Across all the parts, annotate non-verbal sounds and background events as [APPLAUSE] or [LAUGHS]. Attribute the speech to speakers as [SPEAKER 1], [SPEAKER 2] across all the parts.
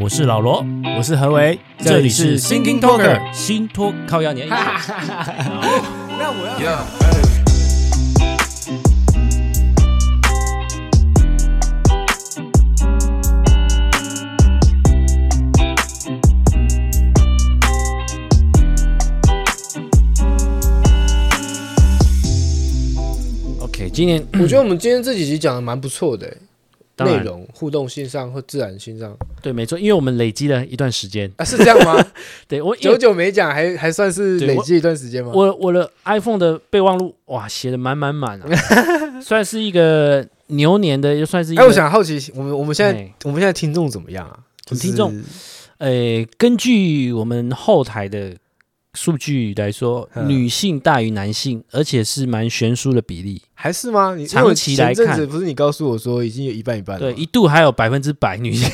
[SPEAKER 1] 我是老罗，
[SPEAKER 2] 我是何为，这里是 Thinking Talker。
[SPEAKER 1] 新托靠压年。
[SPEAKER 2] 那我要
[SPEAKER 3] Yeah,
[SPEAKER 1] OK，今年
[SPEAKER 4] 我觉得我们今天这几集讲的蛮不错的、欸
[SPEAKER 1] 当
[SPEAKER 4] 内
[SPEAKER 1] 然
[SPEAKER 4] 容互动性上或自然性上
[SPEAKER 1] 对，没错，因为我们累积了一段时间，
[SPEAKER 4] 啊，是这样吗？
[SPEAKER 1] 对我因为
[SPEAKER 4] [LAUGHS] 久久没讲，还还算是累积一段时间吗？
[SPEAKER 1] 我我的 iPhone 的备忘录哇写的满满满啊，算是一个牛年的，又算是一
[SPEAKER 4] 哎、
[SPEAKER 1] 个。
[SPEAKER 4] 我想好奇，我们我们现在、
[SPEAKER 1] 哎
[SPEAKER 4] 我们现在听众怎么样啊？
[SPEAKER 1] 我们听众呃，根据我们后台的数据来说，
[SPEAKER 4] 嗯
[SPEAKER 1] 女性大于男性，而且是蛮悬殊的比例。
[SPEAKER 4] 还是吗？你
[SPEAKER 1] 长期来看
[SPEAKER 4] 因为前阵子不是你告诉我说已经有一半一半了
[SPEAKER 1] 对，
[SPEAKER 4] 吗，
[SPEAKER 1] 一度还有百分之百
[SPEAKER 4] [LAUGHS]
[SPEAKER 1] 女性。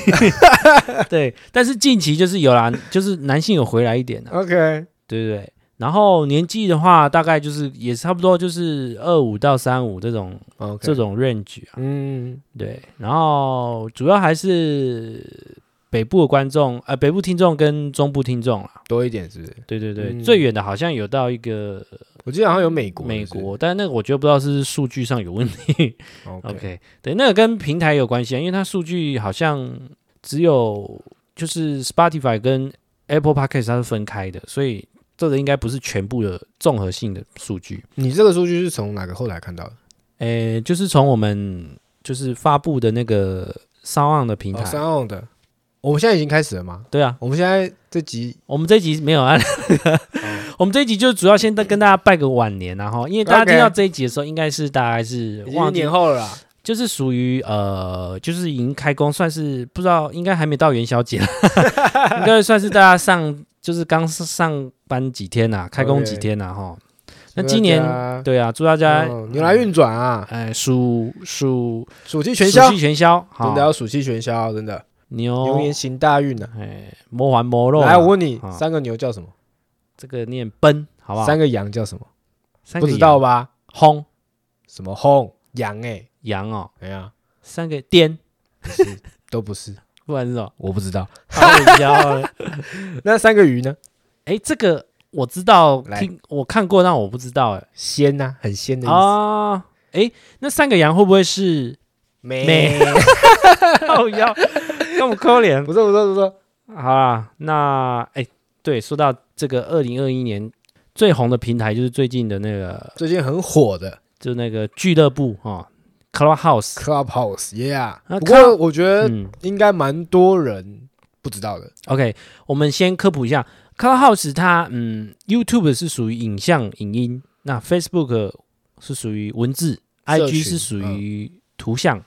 [SPEAKER 1] 对，但是近期就是有啦，就是男性有回来一点啊，
[SPEAKER 4] ，OK，
[SPEAKER 1] 对对对。然后年纪的话，大概就是也差不多就是二五到三五这种
[SPEAKER 4] OK，
[SPEAKER 1] 这种 range 啊。
[SPEAKER 4] 嗯，
[SPEAKER 1] 对，然后主要还是北部的观众，呃，北部听众跟中部听众啦。
[SPEAKER 4] 多一点是不是？
[SPEAKER 1] 对对对，
[SPEAKER 4] 嗯
[SPEAKER 1] 最远的好像有到一个
[SPEAKER 4] 我记得好像有美国，
[SPEAKER 1] 美
[SPEAKER 4] 是不是
[SPEAKER 1] 国，但那个我觉得不知道是数据上有问题。
[SPEAKER 4] ，OK，
[SPEAKER 1] OK，对，那个跟平台有关系啊，因为它数据好像只有就是 Spotify 跟 Apple Podcast 它是分开的，所以这个应该不是全部的综合性的数据。
[SPEAKER 4] 你这个数据是从哪个后台看到的？
[SPEAKER 1] 诶，就是从我们就是发布的那个 s o 的平
[SPEAKER 4] 哦，
[SPEAKER 1] 台，
[SPEAKER 4] 三号的，我们现在已经开始了吗？
[SPEAKER 1] 对啊，
[SPEAKER 4] 我们现在这集
[SPEAKER 1] 我们这一集没有按，
[SPEAKER 4] 哦
[SPEAKER 1] [LAUGHS] 我们这一集就主要先跟大家拜个晚年然后因为大家
[SPEAKER 4] OK
[SPEAKER 1] 听到这一集的时候，应该是大概是
[SPEAKER 4] 已经
[SPEAKER 1] 忘
[SPEAKER 4] 是
[SPEAKER 1] 记
[SPEAKER 4] 年后了啦，
[SPEAKER 1] 就是属于呃，就是已经开工，算是不知道，应该还没到元宵
[SPEAKER 4] [LAUGHS]
[SPEAKER 1] 节，应该算是大家上就是刚上班几天呐、开工
[SPEAKER 4] OK
[SPEAKER 1] 几天呐、哈。那
[SPEAKER 4] 祝大
[SPEAKER 1] 今年
[SPEAKER 4] 家
[SPEAKER 1] 对啊，祝大家
[SPEAKER 4] 哦牛来运转啊，
[SPEAKER 1] 呃暑暑
[SPEAKER 4] 暑气全消
[SPEAKER 1] 暑气，全消，
[SPEAKER 4] 真
[SPEAKER 1] 好
[SPEAKER 4] 的要暑气全消，真的牛
[SPEAKER 1] 牛
[SPEAKER 4] 年行大运呢。
[SPEAKER 1] 哎摸完摸肉啊。
[SPEAKER 4] 来，我问你
[SPEAKER 1] 好，
[SPEAKER 4] 三个牛叫什么？
[SPEAKER 1] 这个念奔好不好？
[SPEAKER 4] 三个羊叫什么？
[SPEAKER 1] 三
[SPEAKER 4] 不
[SPEAKER 1] 个
[SPEAKER 4] 知
[SPEAKER 1] 羊
[SPEAKER 4] 道吧？
[SPEAKER 1] 轰
[SPEAKER 4] 什么轰羊？哎，
[SPEAKER 1] 羊哦，
[SPEAKER 4] 哎呀，
[SPEAKER 1] 三个颠，
[SPEAKER 4] 不是，都不是，
[SPEAKER 1] 不然是
[SPEAKER 4] [LAUGHS]
[SPEAKER 1] 什么？
[SPEAKER 4] 我不知道。
[SPEAKER 1] 好家伙
[SPEAKER 4] 那三个鱼呢？
[SPEAKER 1] 哎，这个我知道，
[SPEAKER 4] 来
[SPEAKER 1] 听我看过，但我不知道哎。
[SPEAKER 4] 鲜呐，很鲜的意思。
[SPEAKER 1] 啊，诶，那三个羊会不会是
[SPEAKER 4] [LAUGHS] 没
[SPEAKER 1] 没，靠腰？那么可怜。
[SPEAKER 4] [LAUGHS] 不错不错不错。
[SPEAKER 1] 好啦，那诶，对，说到这个二零二一年最红的平台，就是最近的那个，
[SPEAKER 4] 最近很火的
[SPEAKER 1] 就那个俱乐部哦哈、c l u b h o u s e
[SPEAKER 4] Clubhouse，Yeah。
[SPEAKER 1] 啊
[SPEAKER 4] 不过我觉得
[SPEAKER 1] 嗯
[SPEAKER 4] 应该蛮多人不知道的。
[SPEAKER 1] ，OK，我们先科普一下，Clubhouse 它嗯，YouTube 是属于影像影音，那 Facebook 是属于文字
[SPEAKER 4] 社
[SPEAKER 1] ，IG
[SPEAKER 4] 群嗯
[SPEAKER 1] 是属于图像，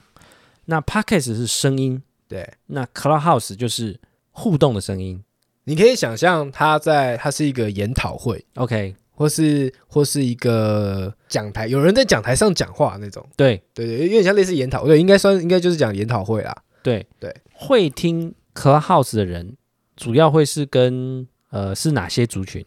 [SPEAKER 1] 那 Podcast 是声音，
[SPEAKER 4] 对，
[SPEAKER 1] 那 Clubhouse 就是互动的声音。
[SPEAKER 4] 你可以想象它在它是一个研讨会，
[SPEAKER 1] OK，
[SPEAKER 4] 或是或是一个讲台，有人在讲台上讲话那种。
[SPEAKER 1] 对
[SPEAKER 4] 对对，有点像类似研讨，对，应该算应该就是讲研讨会啦。
[SPEAKER 1] 对
[SPEAKER 4] 对，
[SPEAKER 1] 会听 Clubhouse 的人，主要会是跟呃是哪些族群？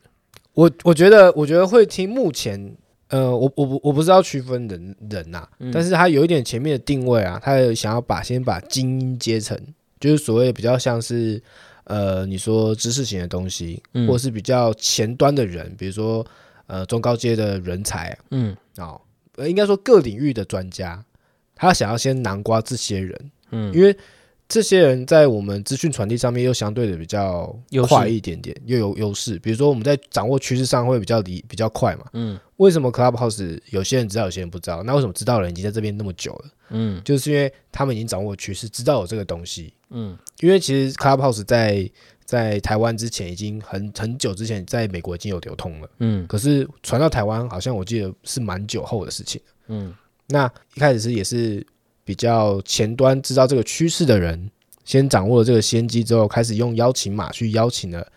[SPEAKER 4] 我我觉得我觉得会听目前。呃，我我不我不知道区分人人呐、
[SPEAKER 1] 嗯
[SPEAKER 4] 但是他有一点前面的定位啊，他有想要把先把精英阶层，就是所谓比较像是呃，你说知识型的东西，
[SPEAKER 1] 嗯
[SPEAKER 4] 或是比较前端的人，比如说呃中高阶的人才
[SPEAKER 1] 嗯
[SPEAKER 4] 哦，呃，应该说各领域的专家，他想要先南瓜这些人，
[SPEAKER 1] 嗯
[SPEAKER 4] 因为这些人在我们资讯传递上面又相对的比较
[SPEAKER 1] 优势
[SPEAKER 4] 快一点点，又有优势。比如说我们在掌握趋势上会比较离比较快嘛。
[SPEAKER 1] 嗯
[SPEAKER 4] 为什么 Clubhouse 有些人知道，有些人不知道？那为什么知道的人已经在这边那么久了？
[SPEAKER 1] 嗯
[SPEAKER 4] 就是因为他们已经掌握趋势，知道有这个东西。
[SPEAKER 1] 嗯
[SPEAKER 4] 因为其实 Clubhouse 在在台湾之前已经很很久之前，在美国已经有流通了，
[SPEAKER 1] 嗯
[SPEAKER 4] 可是传到台湾好像我记得是蛮久后的事情。
[SPEAKER 1] 嗯
[SPEAKER 4] 那一开始是也是比较前端知道这个趋势的人，先掌握了这个先机之后，开始用邀请码去邀请了，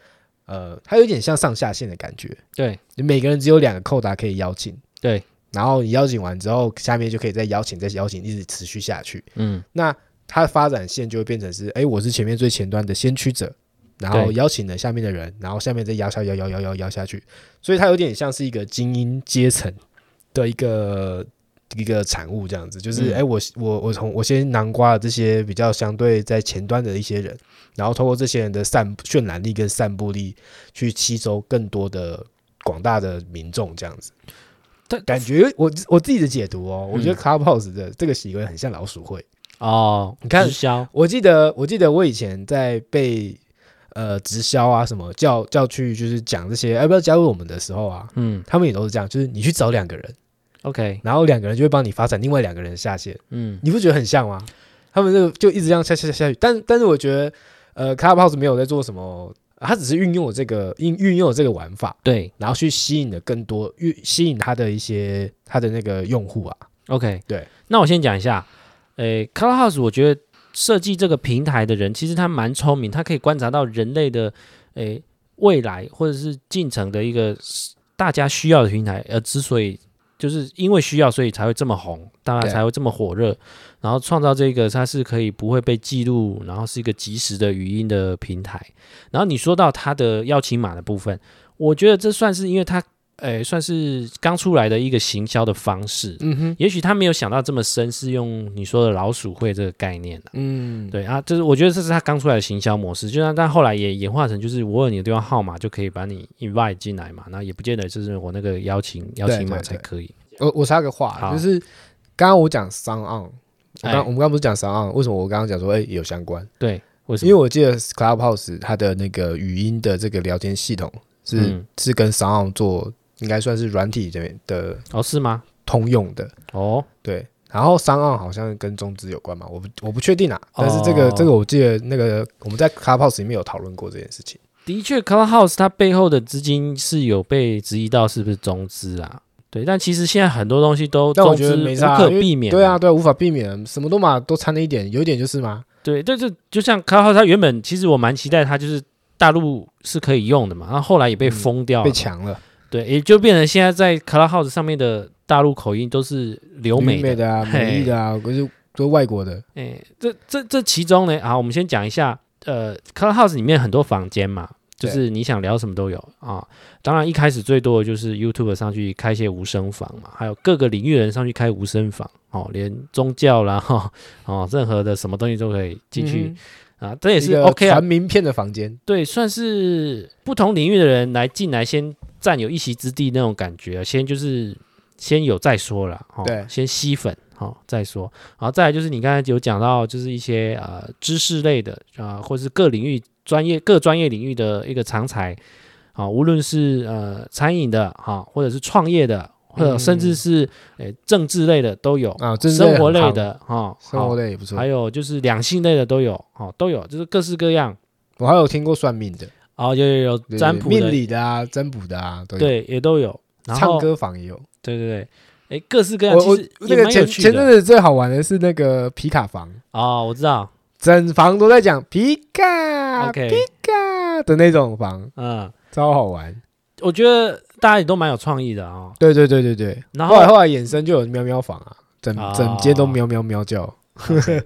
[SPEAKER 4] 呃，它有点像上下线的感觉，
[SPEAKER 1] 对
[SPEAKER 4] 你每个人只有两个扣打可以邀请，
[SPEAKER 1] 对，
[SPEAKER 4] 然后你邀请完之后，下面就可以再邀请，再邀请，一直持续下去。
[SPEAKER 1] 嗯
[SPEAKER 4] 那它的发展线就会变成是，哎，我是前面最前端的先驱者。然后
[SPEAKER 1] 对
[SPEAKER 4] 邀请了下面的人，然后下面再邀下邀邀邀邀邀下去，所以它有点像是一个精英阶层的一个一个产物这样子，就是
[SPEAKER 1] 嗯
[SPEAKER 4] 哎、我我我从我先南瓜了这些比较相对在前端的一些人，然后通过这些人的散渲染力跟散布力，去吸收更多的广大的民众这样子
[SPEAKER 1] 但。嗯
[SPEAKER 4] 感觉我我自己的解读哦，我觉得 Clubhouse 的这个行为很像老鼠会。
[SPEAKER 1] 哦，
[SPEAKER 4] 你看
[SPEAKER 1] 直销，
[SPEAKER 4] 我记得，我记得我以前在被呃直销啊什么叫叫去，就是讲这些呃要不要加入我们的时候啊，
[SPEAKER 1] 嗯
[SPEAKER 4] 他们也都是这样，就是你去找两个人，
[SPEAKER 1] ，OK，
[SPEAKER 4] 然后两个人就会帮你发展另外两个人的下线，
[SPEAKER 1] 嗯，
[SPEAKER 4] 你不觉得很像吗？他们就就一直这样下下下下去，但但是我觉得呃 Clubhouse 没有在做什么，他只是运用了这个运运用了这个玩法，
[SPEAKER 1] 对
[SPEAKER 4] 然后去吸引了更多，运吸引他的一些他的那个用户啊，
[SPEAKER 1] ，OK，
[SPEAKER 4] 对。
[SPEAKER 1] 那我先讲一下，诶，Clubhouse，我觉得设计这个平台的人其实他蛮聪明，他可以观察到人类的诶未来或者是进程的一个大家需要的平台，而之所以。就是因为需要，所以才会这么红，大家
[SPEAKER 4] 对
[SPEAKER 1] 才会这么火热，然后创造这个它是可以不会被记录，然后是一个及时的语音的平台。然后你说到它的邀请码的部分，我觉得这算是因为它，诶，算是刚出来的一个行销的方式，
[SPEAKER 4] 嗯哼，
[SPEAKER 1] 也许他没有想到这么深，是用你说的老鼠会这个概念、啊、
[SPEAKER 4] 嗯，
[SPEAKER 1] 对啊，就是我觉得这是他刚出来的行销模式，就像但后来也演化成，就是我有你的电话号码就可以把你 invite 进来嘛，那也不见得就是我那个邀请邀请码
[SPEAKER 4] 对对
[SPEAKER 1] 才可以。
[SPEAKER 4] 我我插个话，
[SPEAKER 1] 好
[SPEAKER 4] 就是刚刚我讲商 on，我
[SPEAKER 1] 哎
[SPEAKER 4] 刚我们刚刚不是讲商 on，为什么我刚刚讲说哎、有相关？
[SPEAKER 1] 对，为什
[SPEAKER 4] 因为
[SPEAKER 1] 么？
[SPEAKER 4] 我记得 Clubhouse 它的那个语音的这个聊天系统是、
[SPEAKER 1] 嗯
[SPEAKER 4] 是跟商 on 做应该算是软体这边的
[SPEAKER 1] 哦，是吗？
[SPEAKER 4] 通用的，
[SPEAKER 1] 哦，
[SPEAKER 4] 对。然后商 on 好像跟中资有关嘛，我不我不确定啊，但是这个、
[SPEAKER 1] 哦
[SPEAKER 4] 这个我记得那个我们在 Clubhouse 里面有讨论过这件事情。
[SPEAKER 1] 的确，Clubhouse 它背后的资金是有被质疑到是不是中资啊？对，但其实现在很多东西都
[SPEAKER 4] 但我
[SPEAKER 1] 中
[SPEAKER 4] 觉得
[SPEAKER 1] 资
[SPEAKER 4] 没
[SPEAKER 1] 无
[SPEAKER 4] 啥
[SPEAKER 1] 可
[SPEAKER 4] 因为
[SPEAKER 1] 避免、
[SPEAKER 4] 对啊，，对啊，无法避免，什么都嘛都掺了一点，有一点就是嘛，
[SPEAKER 1] 对，但是就像 Clubhouse，它原本其实我蛮期待它就是大陆是可以用的嘛，然后后来也被
[SPEAKER 4] 嗯
[SPEAKER 1] 封掉了
[SPEAKER 4] 被
[SPEAKER 1] 嘛
[SPEAKER 4] 抢了，
[SPEAKER 1] 对，也就变成现在在 Clubhouse 上面的大陆口音都是留美
[SPEAKER 4] 旅美
[SPEAKER 1] 的。
[SPEAKER 4] 的啊，美
[SPEAKER 1] 嘿
[SPEAKER 4] 丽的啊，可是都外国的，
[SPEAKER 1] 哎，这这这其中呢，啊，我们先讲一下，呃，Clubhouse 里面很多房间嘛，就
[SPEAKER 4] 对
[SPEAKER 1] 是你想聊什么都有啊。当然一开始最多的就是 YouTube 上去开一些无声房嘛，还有各个领域的人上去开无声房哦，连宗教啦哈哦，任何的什么东西都可以进去
[SPEAKER 4] 嗯、
[SPEAKER 1] 啊，这也
[SPEAKER 4] 一
[SPEAKER 1] 是
[SPEAKER 4] 个
[SPEAKER 1] OK 啊
[SPEAKER 4] 传，名片的房间，
[SPEAKER 1] 对，算是不同领域的人来进来先占有一席之地那种感觉，啊先就是先有再说了，哦
[SPEAKER 4] 对
[SPEAKER 1] 先吸粉，哦，再说，然后再来就是你刚才有讲到，就是一些呃知识类的啊、或是各领域专业各专业领域的一个常才，啊、无论是呃餐饮的哈、或者是创业的，或者甚至
[SPEAKER 4] 嗯
[SPEAKER 1] 是呃政治类的都有，
[SPEAKER 4] 啊政治类
[SPEAKER 1] 生活
[SPEAKER 4] 很
[SPEAKER 1] 类
[SPEAKER 4] 夯
[SPEAKER 1] 的哈，哦
[SPEAKER 4] 生活
[SPEAKER 1] 好
[SPEAKER 4] 类也不错
[SPEAKER 1] 还。有就是两性类的都有，哦，都有，就是各式各样。
[SPEAKER 4] 我还有听过算命的，
[SPEAKER 1] 哦，有有有
[SPEAKER 4] 对
[SPEAKER 1] 占卜
[SPEAKER 4] 命
[SPEAKER 1] 的，
[SPEAKER 4] 理的啊，占卜的啊，都有。
[SPEAKER 1] 对，也都有。然后
[SPEAKER 4] 唱，歌房也有。
[SPEAKER 1] 对对对，哎，各式各样，
[SPEAKER 4] 我
[SPEAKER 1] 其
[SPEAKER 4] 我
[SPEAKER 1] 实也
[SPEAKER 4] 那个
[SPEAKER 1] 蛮有
[SPEAKER 4] 前
[SPEAKER 1] 趣
[SPEAKER 4] 前阵
[SPEAKER 1] 的
[SPEAKER 4] 子最好玩的是那个皮卡房，
[SPEAKER 1] 哦，我知道
[SPEAKER 4] 整房都在讲皮卡
[SPEAKER 1] ，OK，
[SPEAKER 4] 皮卡的那种房，
[SPEAKER 1] 嗯，
[SPEAKER 4] 超好玩。
[SPEAKER 1] 我觉得大家也都蛮有创意的啊。
[SPEAKER 4] 对对对对对。
[SPEAKER 1] 然后
[SPEAKER 4] 后来后来衍生就有喵喵房啊，整
[SPEAKER 1] 啊
[SPEAKER 4] 整街都喵喵喵叫。
[SPEAKER 1] OK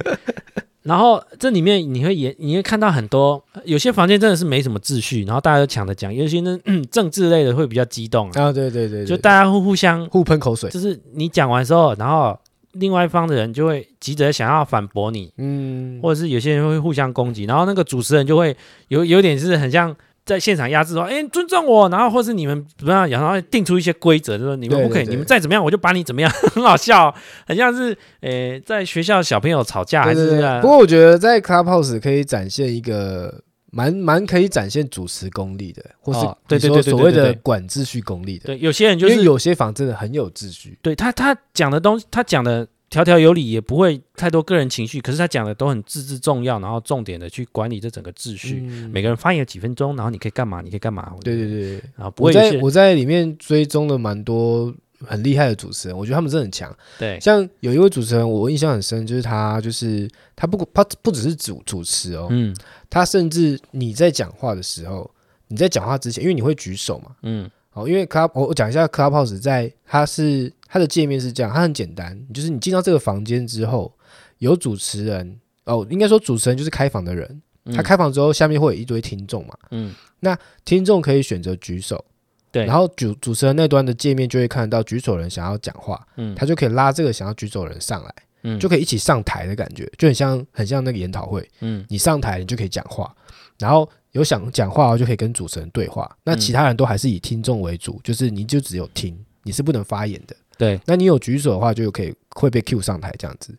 [SPEAKER 1] 然后这里面你会也你会看到很多，有些房间真的是没什么秩序，然后大家都抢着讲，有些呢 [CLEARS THROAT] 政治类的会比较激动啊，
[SPEAKER 4] 啊，对对对，对
[SPEAKER 1] 就大家会互相
[SPEAKER 4] 互喷口水。
[SPEAKER 1] 就是你讲完之后，然后另外一方的人就会急着想要反驳你，
[SPEAKER 4] 嗯，
[SPEAKER 1] 或者是有些人会互相攻击，然后那个主持人就会有有点是很像在现场压制说，哎、尊重我，然后或是你们怎么样，然后定出一些规则，就说你们
[SPEAKER 4] 对
[SPEAKER 1] 不可以，
[SPEAKER 4] 对对
[SPEAKER 1] 你们再怎么样我就把你怎么样，很好笑哦、很像是呃、在学校小朋友吵架
[SPEAKER 4] 对
[SPEAKER 1] 还
[SPEAKER 4] 对
[SPEAKER 1] 是
[SPEAKER 4] 对
[SPEAKER 1] 在
[SPEAKER 4] 不过我觉得在 Clubhouse 可以展现一个蛮蛮可以展现主持功力的，或是
[SPEAKER 1] 哦对对
[SPEAKER 4] 你说
[SPEAKER 1] 对对
[SPEAKER 4] 所谓
[SPEAKER 1] 对
[SPEAKER 4] 的
[SPEAKER 1] 对对
[SPEAKER 4] 管秩序功力的。
[SPEAKER 1] 对有些人就
[SPEAKER 4] 因为
[SPEAKER 1] 是
[SPEAKER 4] 有些房真的很有秩序。
[SPEAKER 1] 对他他讲的东西，他讲的条条有理，也不会太多个人情绪，可是他讲的都很字字重要，然后重点的去管理这整个秩序。每
[SPEAKER 4] 每
[SPEAKER 1] 个人发言几分钟，然后你可以干嘛？你可以干嘛？
[SPEAKER 4] 嗯对对对，对
[SPEAKER 1] 啊，不
[SPEAKER 4] 我
[SPEAKER 1] 会有
[SPEAKER 4] 在
[SPEAKER 1] 些
[SPEAKER 4] 我在里面追踪了蛮多很厉害的主持人，我觉得他们真的很强。
[SPEAKER 1] 对
[SPEAKER 4] 像有一位主持人，我印象很深，就是他就是他不他不只是主主持哦，
[SPEAKER 1] 嗯
[SPEAKER 4] 他甚至你在讲话的时候，你在讲话之前，因为你会举手嘛，
[SPEAKER 1] 嗯
[SPEAKER 4] 哦，因为 Club 我我讲一下 Clubhouse 在它是它的界面是这样，它很简单，就是你进到这个房间之后，有主持人哦，应该说主持人就是开房的人，他
[SPEAKER 1] 嗯
[SPEAKER 4] 开房之后，下面会有一堆听众嘛，
[SPEAKER 1] 嗯
[SPEAKER 4] 听众可以选择举手，
[SPEAKER 1] 对，
[SPEAKER 4] 然后主主持人那端的界面就会看得到举手人想要讲话，
[SPEAKER 1] 嗯
[SPEAKER 4] 他就可以拉这个想要举手人上来，
[SPEAKER 1] 嗯
[SPEAKER 4] 就可以一起上台的感觉，就很像很像那个研讨会，
[SPEAKER 1] 嗯
[SPEAKER 4] 你上台你就可以讲话，然后有想讲话的就可以跟主持人对话，
[SPEAKER 1] 嗯
[SPEAKER 4] 那其他人都还是以听众为主，就是你就只有听，你是不能发言的。
[SPEAKER 1] 对，
[SPEAKER 4] 那你有举手的话，就可以会被 Q 上台这样子。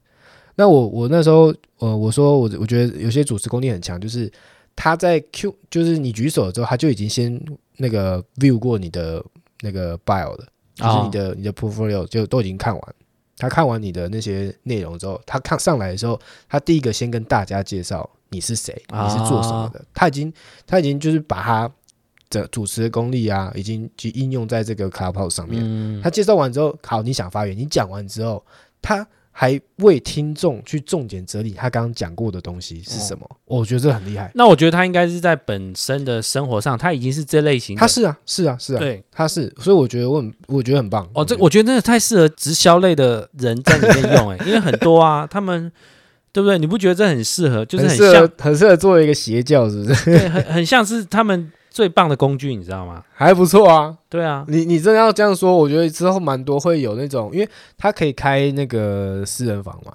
[SPEAKER 4] 那我我那时候呃，我说我我觉得有些主持功力很强，就是他在 Q，就是你举手之后，他就已经先那个 view 过你的那个 bio 了，就是你的、你的 portfolio 就都已经看完。他看完你的那些内容之后，他看上来的时候，他第一个先跟大家介绍你是谁，你是做什么的。他已经他已经就是把他的主持的功力啊，已经去应用在这个 Clubhouse 上面了。
[SPEAKER 1] 嗯
[SPEAKER 4] 他介绍完之后，好，你想发言，你讲完之后，他还为听众去重点整理他刚刚讲过的东西是什么。哦我觉得这很厉害。
[SPEAKER 1] 那我觉得他应该是在本身的生活上，他已经是这类型的，
[SPEAKER 4] 他是啊，是啊，是啊，
[SPEAKER 1] 对
[SPEAKER 4] 他是，所以我觉得我很，我觉得很棒。嗯
[SPEAKER 1] 哦，这我觉得真的太适合直销类的人在里面用哎、因为很多啊，他们对不对？你不觉得这很适合？就是
[SPEAKER 4] 很
[SPEAKER 1] 很
[SPEAKER 4] 适
[SPEAKER 1] 像
[SPEAKER 4] 合，，很适合作为一个邪教，是不是？ [LAUGHS]
[SPEAKER 1] 对，很很像是他们最棒的工具，你知道吗？
[SPEAKER 4] 还不错啊。
[SPEAKER 1] 对啊，
[SPEAKER 4] 你你真的要这样说，我觉得之后蛮多会有那种，因为他可以开那个私人房嘛，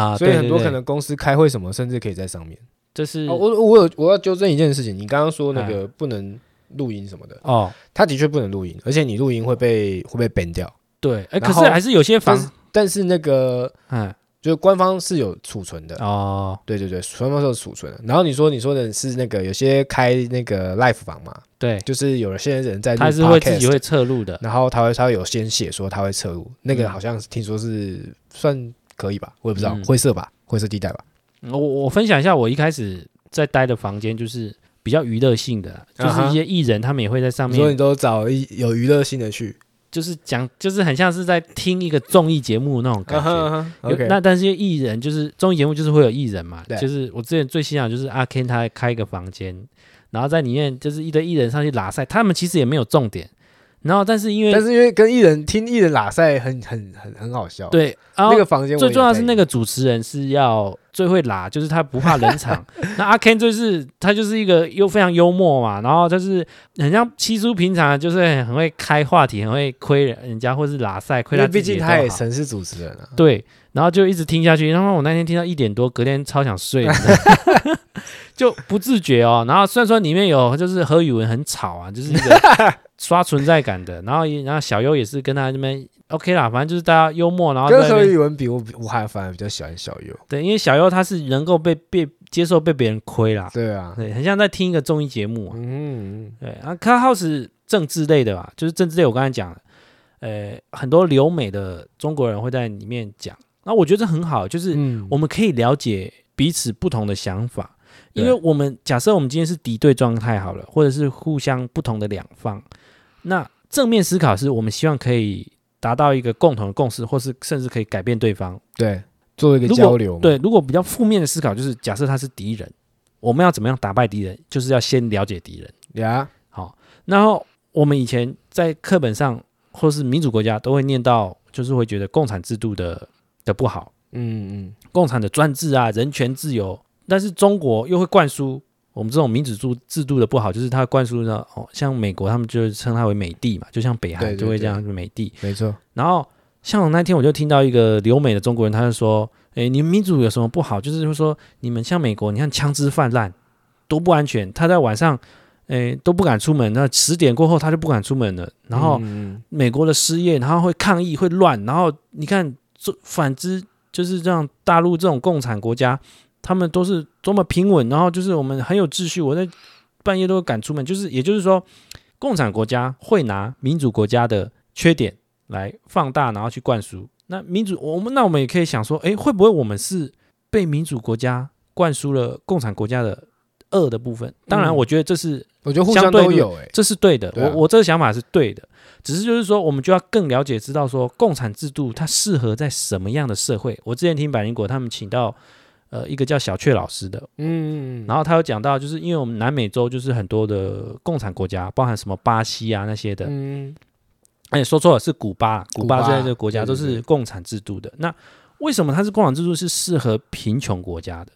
[SPEAKER 1] 啊，
[SPEAKER 4] 所以
[SPEAKER 1] 对
[SPEAKER 4] 很
[SPEAKER 1] 对
[SPEAKER 4] 多
[SPEAKER 1] 对
[SPEAKER 4] 可能公司开会什么，甚至可以在上面。
[SPEAKER 1] 这是
[SPEAKER 4] 哦、我我有我要纠正一件事情，你刚刚说那个不能录音什么的，
[SPEAKER 1] 哦，
[SPEAKER 4] 他的确不能录音，而且你录音会被会被 ban 掉。
[SPEAKER 1] 对，哎，可
[SPEAKER 4] 然
[SPEAKER 1] 是
[SPEAKER 4] 后
[SPEAKER 1] 还是有些
[SPEAKER 4] 但是
[SPEAKER 1] 房，
[SPEAKER 4] 但是那个
[SPEAKER 1] 嗯，
[SPEAKER 4] 就是官方是有储存的，
[SPEAKER 1] 哦，
[SPEAKER 4] 对对对，官方是有储存的。然后你说你说的是那个有些开那个 live 房嘛，
[SPEAKER 1] 对，
[SPEAKER 4] 就是有些人在录
[SPEAKER 1] 他是会自己
[SPEAKER 4] podcast，
[SPEAKER 1] 会侧录的，
[SPEAKER 4] 然后他会他会有先写说他会测入，那个
[SPEAKER 1] 嗯
[SPEAKER 4] 好像是听说是算可以吧，我也不知道、
[SPEAKER 1] 嗯
[SPEAKER 4] 灰色吧，灰色地带吧。
[SPEAKER 1] 嗯我我分享一下，我一开始在待的房间就是比较娱乐性的，就
[SPEAKER 4] 啊
[SPEAKER 1] 是
[SPEAKER 4] 哈
[SPEAKER 1] 一些艺人他们也会在上
[SPEAKER 4] 你说你
[SPEAKER 1] 面，
[SPEAKER 4] 都找一有娱乐性的去
[SPEAKER 1] 就是讲，就是很像是在听一个综艺节目那种感觉。有
[SPEAKER 4] 啊，OK，
[SPEAKER 1] 啊那但是艺人就是综艺节目就是会有艺人嘛，
[SPEAKER 4] 对
[SPEAKER 1] 就是我之前最欣赏就是阿 Ken 他开一个房间，然后在里面就是一堆艺人上去拉赛，他们其实也没有重点，然后但是因为
[SPEAKER 4] 但是因为跟艺人听艺人拉赛很很很很好笑，，
[SPEAKER 1] 对，然后
[SPEAKER 4] 那个房间我
[SPEAKER 1] 最
[SPEAKER 4] 也
[SPEAKER 1] 重要
[SPEAKER 4] 在
[SPEAKER 1] 是那个主持人是要最会拉，就是他不怕冷
[SPEAKER 4] [LAUGHS]
[SPEAKER 1] 场。那阿 Ken 就是他就是一个又非常幽默嘛，然后就是很像七叔平常就是很会开话题，很会亏人人家或是拉赛亏
[SPEAKER 4] 因
[SPEAKER 1] 他
[SPEAKER 4] 为
[SPEAKER 1] 自
[SPEAKER 4] 毕
[SPEAKER 1] 己
[SPEAKER 4] 竟
[SPEAKER 1] 也
[SPEAKER 4] 他也
[SPEAKER 1] 都好
[SPEAKER 4] 曾是主持人啊，
[SPEAKER 1] 对，然后就一直听下去。然后我那天听到一点多，隔天超想睡，你知道吗 [LAUGHS] 就不自觉哦。然后虽然说里面有就是何宇文很吵啊，就是一个
[SPEAKER 4] [LAUGHS]
[SPEAKER 1] 刷存在感的。然后也然后小优也是跟他那边 OK 啦，反正就是大家幽默，然后在
[SPEAKER 4] 跟
[SPEAKER 1] 那
[SPEAKER 4] 何
[SPEAKER 1] 边
[SPEAKER 4] 宇文比，我我还反而比较喜欢小优。
[SPEAKER 1] 对，因为小优他是能够被被接受被别人亏啦，
[SPEAKER 4] 对啊，
[SPEAKER 1] 对，很像在听一个综艺节目、啊。
[SPEAKER 4] 嗯，
[SPEAKER 1] 对，啊 c l u House 政治类的吧，就是政治类，我刚才讲了，呃，很多留美的中国人会在里面讲，那我觉得这很好，就是
[SPEAKER 4] 嗯
[SPEAKER 1] 我们可以了解彼此不同的想法，因为
[SPEAKER 4] 对
[SPEAKER 1] 我们假设我们今天是敌对状态好了，或者是互相不同的两方，那正面思考是我们希望可以达到一个共同的共识，或是甚至可以改变对方。
[SPEAKER 4] 对，作为一个
[SPEAKER 1] 如果
[SPEAKER 4] 交流嘛，
[SPEAKER 1] 对，如果比较负面的思考，就是假设他是敌人，我们要怎么样打败敌人，就是要先了解敌人。
[SPEAKER 4] 呀，
[SPEAKER 1] 好，然后我们以前在课本上或是民主国家都会念到，就是会觉得共产制度的的不好，
[SPEAKER 4] 嗯嗯，
[SPEAKER 1] 共产的专制啊，人权自由，但是中国又会灌输。我们这种民主制制度的不好，就是它灌输呢，哦，像美国他们就称它为美帝嘛，就像北
[SPEAKER 4] 对
[SPEAKER 1] 韩
[SPEAKER 4] 对
[SPEAKER 1] 就会
[SPEAKER 4] 对
[SPEAKER 1] 这样美帝。
[SPEAKER 4] 没错，
[SPEAKER 1] 然后像我那天我就听到一个留美的中国人，他就说：“诶，你们民主有什么不好？就是会说你们像美国，你看枪支泛滥，多不安全。他在晚上，诶都不敢出门，那十点过后他就不敢出门了。然后
[SPEAKER 4] 嗯
[SPEAKER 1] 美国的失业，然后会抗议，会乱。然后你看，这反之就是这样，大陆这种共产国家，他们都是多么平稳，然后就是我们很有秩序。我在半夜都敢出门，就是也就是说，共产国家会拿民主国家的缺点来放大，然后去灌输。那民主，我们那我们也可以想说，诶，会不会我们是被民主国家灌输了共产国家的恶的部分？当然，
[SPEAKER 4] 嗯
[SPEAKER 1] 我觉得这是
[SPEAKER 4] 我觉得互
[SPEAKER 1] 相
[SPEAKER 4] 相
[SPEAKER 1] 对
[SPEAKER 4] 都
[SPEAKER 1] 论
[SPEAKER 4] 有哎，
[SPEAKER 1] 这是对的，
[SPEAKER 4] 对啊
[SPEAKER 1] 我我这个想法是对的，只是就是说，我们就要更了解知道说，共产制度它适合在什么样的社会。我之前听百灵果他们请到呃一个叫小雀老师的，
[SPEAKER 4] 嗯，
[SPEAKER 1] 然后他有讲到，就是因为我们南美洲就是很多的共产国家，包含什么巴西啊那些的，
[SPEAKER 4] 嗯，
[SPEAKER 1] 哎，说错了，是古巴，古
[SPEAKER 4] 古巴
[SPEAKER 1] 巴这类的国家
[SPEAKER 4] 对
[SPEAKER 1] 都
[SPEAKER 4] 对
[SPEAKER 1] 是
[SPEAKER 4] 对
[SPEAKER 1] 共产制度的。那为什么它是共产制度是适合贫穷国家的？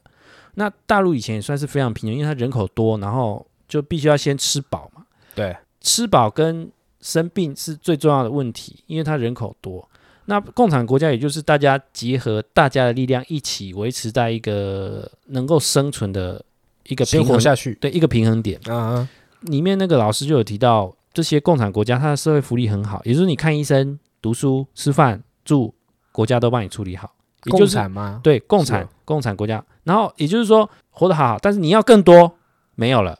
[SPEAKER 1] 那大陆以前也算是非常贫穷，因为它人口多，然后就必须要先吃饱嘛。
[SPEAKER 4] 对，
[SPEAKER 1] 吃饱跟生病是最重要的问题，因为它人口多。那共产国家也就是大家结合大家的力量一起维持在一个呃能够生存的一个
[SPEAKER 4] 先
[SPEAKER 1] 平
[SPEAKER 4] 活
[SPEAKER 1] 衡
[SPEAKER 4] 下去
[SPEAKER 1] 对一个平衡点。
[SPEAKER 4] 啊，
[SPEAKER 1] 里面那个老师就有提到，这些共产国家它的社会福利很好，也就是你看医生、读书、吃饭、住，国家都帮你处理好。也就
[SPEAKER 4] 共
[SPEAKER 1] 是
[SPEAKER 4] 产吗？
[SPEAKER 1] 对共产
[SPEAKER 4] 是哦
[SPEAKER 1] 共产国家，然后也就是说活得好好，但是你要更多没有了，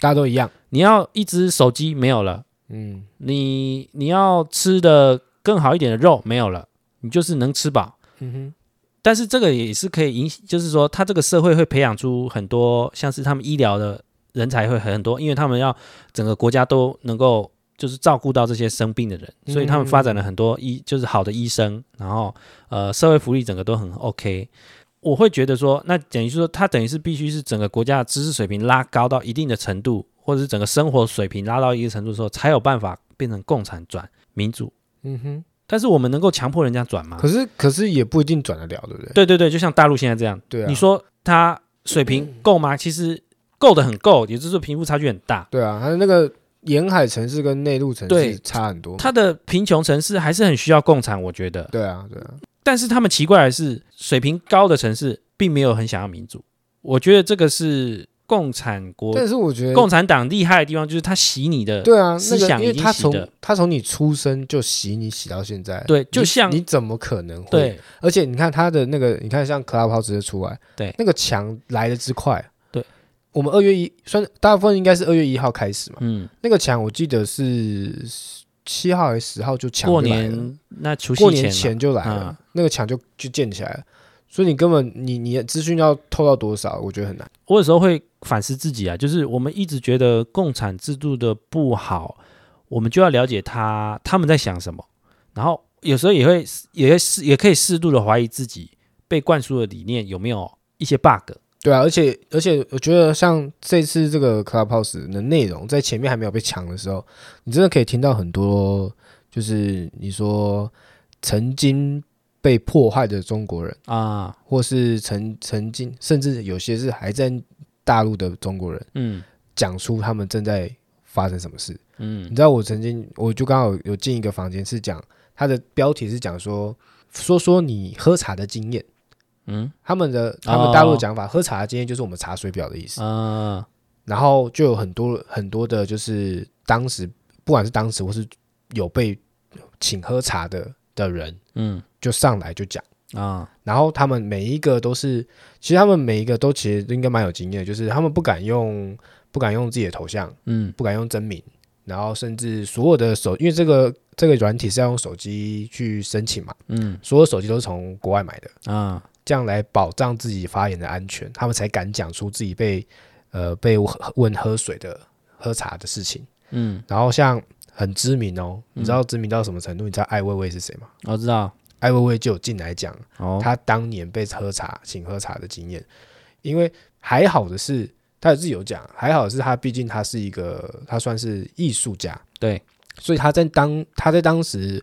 [SPEAKER 4] 大家都一样，
[SPEAKER 1] 你要一只手机没有了，
[SPEAKER 4] 嗯，
[SPEAKER 1] 你你要吃的更好一点的肉没有了，你就是能吃饱。
[SPEAKER 4] 嗯
[SPEAKER 1] 但是这个也是可以影，就是说，他这个社会会培养出很多像是他们医疗的人才会很多，因为他们要整个国家都能够就是照顾到这些生病的人，
[SPEAKER 4] 嗯
[SPEAKER 1] 所以他们发展了很多医，就是好的医生，然后呃，社会福利整个都很 OK。我会觉得说，那等于说，他等于是必须是整个国家的知识水平拉高到一定的程度，或者是整个生活水平拉到一个程度之后，才有办法变成共产转民主。
[SPEAKER 4] 哼，嗯哼。
[SPEAKER 1] 但是我们能够强迫人家转吗？
[SPEAKER 4] 可是可是也不一定转得了，对啊不对？
[SPEAKER 1] 对对对，就像大陆现在这样，
[SPEAKER 4] 对啊，
[SPEAKER 1] 你说它水平够吗？其实够的很够，也就是说贫富差距很大。
[SPEAKER 4] 对啊，它那个沿海城市跟内陆城
[SPEAKER 1] 对
[SPEAKER 4] 市差很多嘛。
[SPEAKER 1] 它的贫穷城市还是很需要共产，我觉得。
[SPEAKER 4] 嗯对啊，对啊，
[SPEAKER 1] 但是他们奇怪的是，水平高的城市并没有很想要民主。我觉得这个是共产国、
[SPEAKER 4] 但是我觉得
[SPEAKER 1] 共产党厉害的地方，就是他洗你的。
[SPEAKER 4] 对啊，
[SPEAKER 1] 思
[SPEAKER 4] 那个
[SPEAKER 1] 想
[SPEAKER 4] 因为
[SPEAKER 1] 已经
[SPEAKER 4] 他
[SPEAKER 1] 洗
[SPEAKER 4] 从
[SPEAKER 1] 的
[SPEAKER 4] 他从你出生就洗你洗到现在，
[SPEAKER 1] 对就
[SPEAKER 4] 你
[SPEAKER 1] 像
[SPEAKER 4] 你怎么可能会？
[SPEAKER 1] 对
[SPEAKER 4] 而且你看他的那个，你看像 Clubhouse 直接出来，
[SPEAKER 1] 对
[SPEAKER 4] 那个墙来的之快，
[SPEAKER 1] 对。
[SPEAKER 4] 我们二月一算大部分应该是二月一号开始嘛，
[SPEAKER 1] 嗯，
[SPEAKER 4] 那个墙我记得是七号还是十号就墙
[SPEAKER 1] 过
[SPEAKER 4] 就来了
[SPEAKER 1] 年那除夕
[SPEAKER 4] 过年
[SPEAKER 1] 前嘛，嗯
[SPEAKER 4] 前就来了，那个墙就就建起来了，所以你根本你你的资讯要透到多少，我觉得很难。
[SPEAKER 1] 我有时候会反思自己啊，就是我们一直觉得共产制度的不好，我们就要了解他他们在想什么，然后有时候也会也会适也可以适度的怀疑自己被灌输的理念有没有一些 bug。
[SPEAKER 4] 对啊，而且而且我觉得像这次这个 Clubhouse 的内容，在前面还没有被抢的时候，你真的可以听到很多，就是你说曾经被迫害的中国人，
[SPEAKER 1] 啊，
[SPEAKER 4] 或是曾曾经甚至有些是还在大陆的中国人，
[SPEAKER 1] 嗯
[SPEAKER 4] 讲出他们正在发生什么事。
[SPEAKER 1] 嗯
[SPEAKER 4] 你知道我曾经，我就刚好有进一个房间，是讲它的标题是讲说，说说你喝茶的经验。
[SPEAKER 1] 嗯
[SPEAKER 4] 他们的他们大陆讲法，喝茶的经验就是我们茶水表的意思。
[SPEAKER 1] 啊
[SPEAKER 4] 然后就有很多很多的，就是当时不管是当时或是有被请喝茶的的人，
[SPEAKER 1] 嗯
[SPEAKER 4] 就上来就讲。
[SPEAKER 1] 啊
[SPEAKER 4] 然后他们每一个都是，其实他们每一个都其实应该蛮有经验的，就是他们不敢用不敢用自己的头像，
[SPEAKER 1] 嗯
[SPEAKER 4] 不敢用真名，然后甚至所有的手，因为这个这个软体是要用手机去申请嘛，
[SPEAKER 1] 嗯
[SPEAKER 4] 所有手机都是从国外买的，
[SPEAKER 1] 啊
[SPEAKER 4] 这样来保障自己发言的安全，他们才敢讲出自己被呃被问喝水的喝茶的事情。
[SPEAKER 1] 嗯，
[SPEAKER 4] 然后像很知名哦，你知道知名到什么程度？你知道艾薇薇是谁吗？
[SPEAKER 1] 我知道
[SPEAKER 4] 艾薇薇就有进来讲
[SPEAKER 1] 哦，
[SPEAKER 4] 他当年被喝茶请喝茶的经验，因为还好的是他自己有讲，还好的是他毕竟他是一个他算是艺术家，
[SPEAKER 1] 对，
[SPEAKER 4] 所以他在当他在当时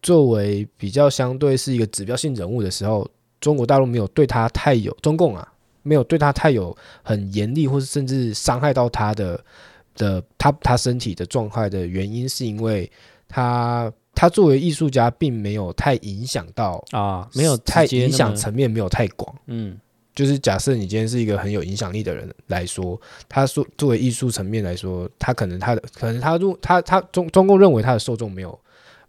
[SPEAKER 4] 作为比较相对是一个指标性人物的时候，中国大陆没有对他太有中共啊，没有对他太有很严厉，或是甚至伤害到他的的他他身体的状态的原因，是因为他他作为艺术家并没有太影响到。
[SPEAKER 1] 啊，没有
[SPEAKER 4] 太
[SPEAKER 1] 直接
[SPEAKER 4] 影
[SPEAKER 1] 那
[SPEAKER 4] 响
[SPEAKER 1] 么
[SPEAKER 4] 层面没有太广，
[SPEAKER 1] 嗯
[SPEAKER 4] 就是假设你今天是一个很有影响力的人来说，他说作为艺术层面来说，他可能他的可能他入他他中中共认为他的受众没有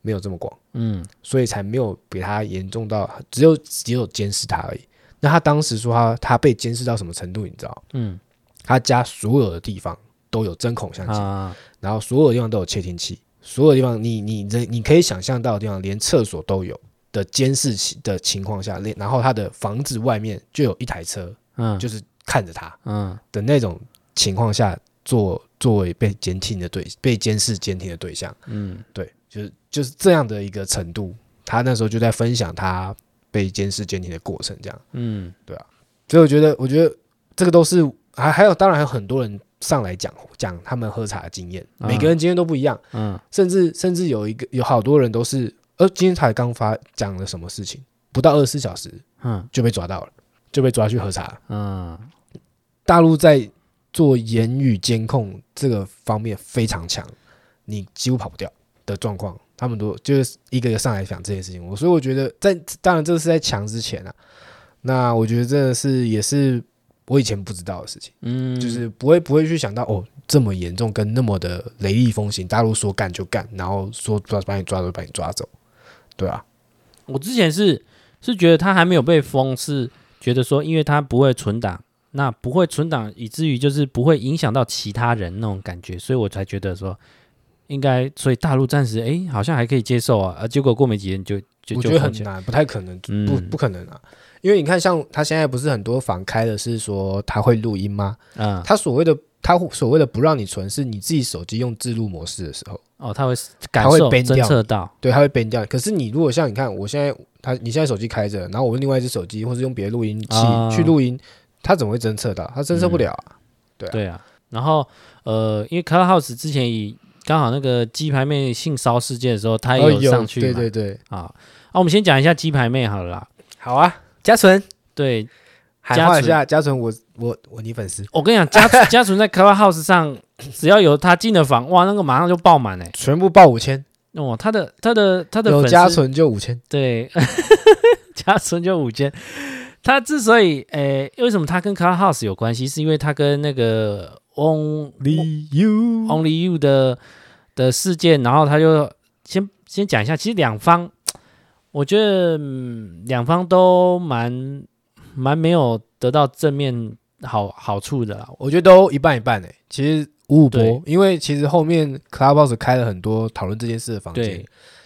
[SPEAKER 4] 没有这么广，
[SPEAKER 1] 嗯
[SPEAKER 4] 所以才没有给他严重到只有只有监视他而已。那他当时说他他被监视到什么程度，你知道？
[SPEAKER 1] 嗯
[SPEAKER 4] 他家所有的地方都有针孔相机，
[SPEAKER 1] 啊
[SPEAKER 4] 然后所有地方都有窃听器，所有地方你你人你可以想象到的地方，连厕所都有的监视器的情况下，连然后他的房子外面就有一台车，
[SPEAKER 1] 嗯
[SPEAKER 4] 就是看着他
[SPEAKER 1] 嗯
[SPEAKER 4] 的那种情况下，作作为被监听的对被监视监听的对象，
[SPEAKER 1] 嗯
[SPEAKER 4] 对，就是就是这样的一个程度。他那时候就在分享他被监视监听的过程，这样。啊
[SPEAKER 1] 嗯
[SPEAKER 4] 所以我觉得，我觉得这个都是还还有，当然还有很多人上来讲讲他们喝茶的经验，
[SPEAKER 1] 啊
[SPEAKER 4] 每个人经验都不一样。
[SPEAKER 1] 嗯
[SPEAKER 4] 甚至甚至有一个有好多人都是，呃，今天才刚发讲了什么事情，不到二十四小时
[SPEAKER 1] 嗯
[SPEAKER 4] 就被抓到了，就被抓去喝茶。
[SPEAKER 1] 嗯
[SPEAKER 4] 大陆在做言语监控这个方面非常强，你几乎跑不掉。的状况，他们都就是一个一个上来讲这些事情。我所以我觉得在当然这是在强之前啊，那我觉得这是也是我以前不知道的事情，
[SPEAKER 1] 嗯，
[SPEAKER 4] 就是不会不会去想到哦这么严重跟那么的雷厉风行，大陆说干就干，然后说抓把你抓就把你抓走，对啊，
[SPEAKER 1] 我之前是是觉得他还没有被封，是觉得说，因为他不会存档，那不会存档，以至于就是不会影响到其他人那种感觉，所以我才觉得说应该，所以大陆暂时哎好像还可以接受啊，啊结果过没几天就就
[SPEAKER 4] 我觉
[SPEAKER 1] 就
[SPEAKER 4] 得
[SPEAKER 1] 封
[SPEAKER 4] 很
[SPEAKER 1] 起来，
[SPEAKER 4] 难，不太可能，
[SPEAKER 1] 嗯
[SPEAKER 4] 不不可能啊。因为你看，像他现在不是很多房开的是说他会录音吗？
[SPEAKER 1] 嗯，
[SPEAKER 4] 他所谓的他所谓的不让你存，是你自己手机用自录模式的时候，
[SPEAKER 1] 哦，他会感
[SPEAKER 4] 他会
[SPEAKER 1] 受
[SPEAKER 4] ban
[SPEAKER 1] 侦
[SPEAKER 4] 掉
[SPEAKER 1] 测到，
[SPEAKER 4] 对，他会 ban 掉。可是你如果像你看，我现在他你现在手机开着，然后我用另外一只手机，或是用别的录音器、
[SPEAKER 1] 啊嗯
[SPEAKER 4] 去录音，他怎么会侦测到？他侦测不了啊。对啊
[SPEAKER 1] 对啊，然后呃，因为 Clubhouse 之前以刚好那个鸡排妹性骚事件的时候，他也
[SPEAKER 4] 哦
[SPEAKER 1] 上去嘛，
[SPEAKER 4] 对对对，
[SPEAKER 1] 啊，啊，我们先讲一下鸡排妹好了啦，
[SPEAKER 4] 好啊，嘉纯
[SPEAKER 1] 对，
[SPEAKER 4] 喊
[SPEAKER 1] 嘉
[SPEAKER 4] 话一
[SPEAKER 1] 纯
[SPEAKER 4] 下，嘉纯，我我我你粉丝，
[SPEAKER 1] 我跟你讲，家 [LAUGHS] 家纯在 Clubhouse 上，只要有他进了房，哇，那个马上就爆满哎、
[SPEAKER 4] 全部报五千，
[SPEAKER 1] 哦，他的他的他的
[SPEAKER 4] 有
[SPEAKER 1] 粉
[SPEAKER 4] 嘉
[SPEAKER 1] 丝
[SPEAKER 4] 纯就五千，
[SPEAKER 1] 对， [LAUGHS] 家纯就五千。他之所以诶、为什么他跟 Clubhouse 有关系？是因为他跟那个 On
[SPEAKER 4] 理由
[SPEAKER 1] Only You 的的事件，然后他就先先讲一下，其实两方，我觉得、嗯两方都蛮蛮没有得到正面好好处的啦。
[SPEAKER 4] 我觉得都一半一半诶、其实五五波
[SPEAKER 1] 对，
[SPEAKER 4] 因为其实后面 Clubhouse 开了很多讨论这件事的房间
[SPEAKER 1] 对，，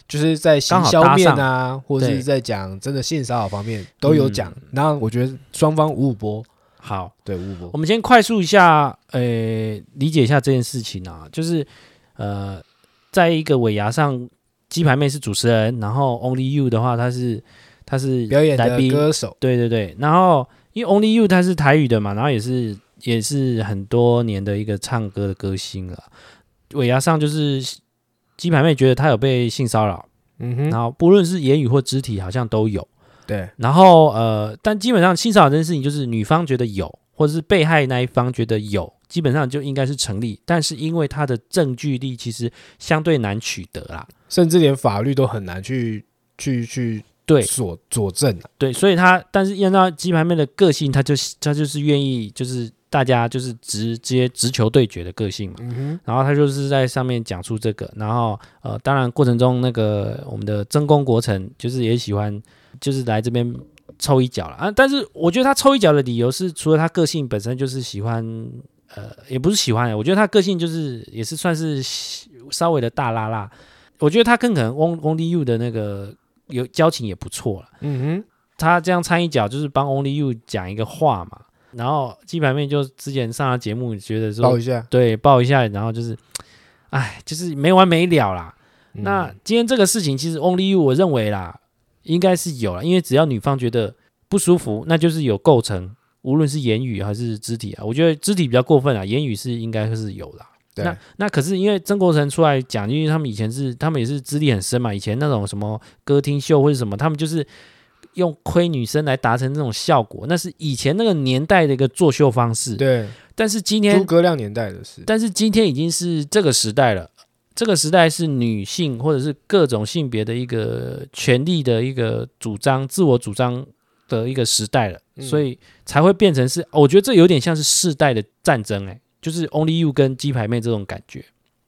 [SPEAKER 4] 就是在行销面啊，或者
[SPEAKER 1] 对
[SPEAKER 4] 是在讲真的性骚扰方面都有讲。然后我觉得双方五五波，
[SPEAKER 1] 好。
[SPEAKER 4] 对五五
[SPEAKER 1] 我
[SPEAKER 4] 波，
[SPEAKER 1] 们先快速一下，呃，理解一下这件事情啊，就是呃，在一个尾牙上，鸡排妹是主持人，然后 Only You 的话，她是她是
[SPEAKER 4] 表演
[SPEAKER 1] 来
[SPEAKER 4] 的
[SPEAKER 1] 宾，
[SPEAKER 4] 歌手，
[SPEAKER 1] 对对对，然后因为 Only You 她是台语的嘛，然后也是也是很多年的一个唱歌的歌星了。尾牙上就是鸡排妹觉得她有被性骚扰，
[SPEAKER 4] 嗯
[SPEAKER 1] 然
[SPEAKER 4] 哼，
[SPEAKER 1] 后不论是言语或肢体，好像都有。
[SPEAKER 4] 对，
[SPEAKER 1] 然后呃，但基本上性骚扰这件事情，就是女方觉得有，或者是被害那一方觉得有，基本上就应该是成立。但是因为他的证据力其实相对难取得啦，
[SPEAKER 4] 甚至连法律都很难去去去
[SPEAKER 1] 对
[SPEAKER 4] 佐佐证啊。
[SPEAKER 1] 对，所以他但是按照鸡排妹的个性，他就他就是愿意就是大家就是直接直球对决的个性嘛。
[SPEAKER 4] 嗯哼，
[SPEAKER 1] 然后他就是在上面讲出这个，然后呃，当然过程中那个我们的真宫国成就是也喜欢，就是来这边抽一脚了啊。但是我觉得他抽一脚的理由是，除了他个性本身就是喜欢，呃，也不是喜欢，我觉得他个性就是也是算是喜稍微的大拉拉。我觉得他跟可能翁翁立 u 的那个有交情也不错了。
[SPEAKER 4] 嗯
[SPEAKER 1] 他这样掺一脚就是帮 Only You 讲一个话嘛，然后鸡排妹就之前上他节目觉得
[SPEAKER 4] 哼，
[SPEAKER 1] 说
[SPEAKER 4] 报一下。
[SPEAKER 1] 对，抱一下，然后就是，哎，就是没完没了啦。
[SPEAKER 4] 嗯
[SPEAKER 1] 那今天这个事情，其实 Only You 我认为啦，应该是有了，因为只要女方觉得不舒服，那就是有构成，无论是言语还是肢体啊，我觉得肢体比较过分啊，言语是应该是有啦。
[SPEAKER 4] 对
[SPEAKER 1] 那那可是因为曾国成出来讲，因为他们以前是他们也是资历很深嘛，以前那种什么歌厅秀或者什么，他们就是用亏女生来达成这种效果，那是以前那个年代的一个作秀方式。
[SPEAKER 4] 对
[SPEAKER 1] 但是今天
[SPEAKER 4] 诸葛亮年代的事，
[SPEAKER 1] 但是今天已经是这个时代了，这个时代是女性或者是各种性别的一个权利的一个主张、自我主张的一个时代了，
[SPEAKER 4] 嗯
[SPEAKER 1] 所以才会变成是，哦我觉得这有点像是世代的战争、欸，就是 Only You 跟鸡排妹这种感觉。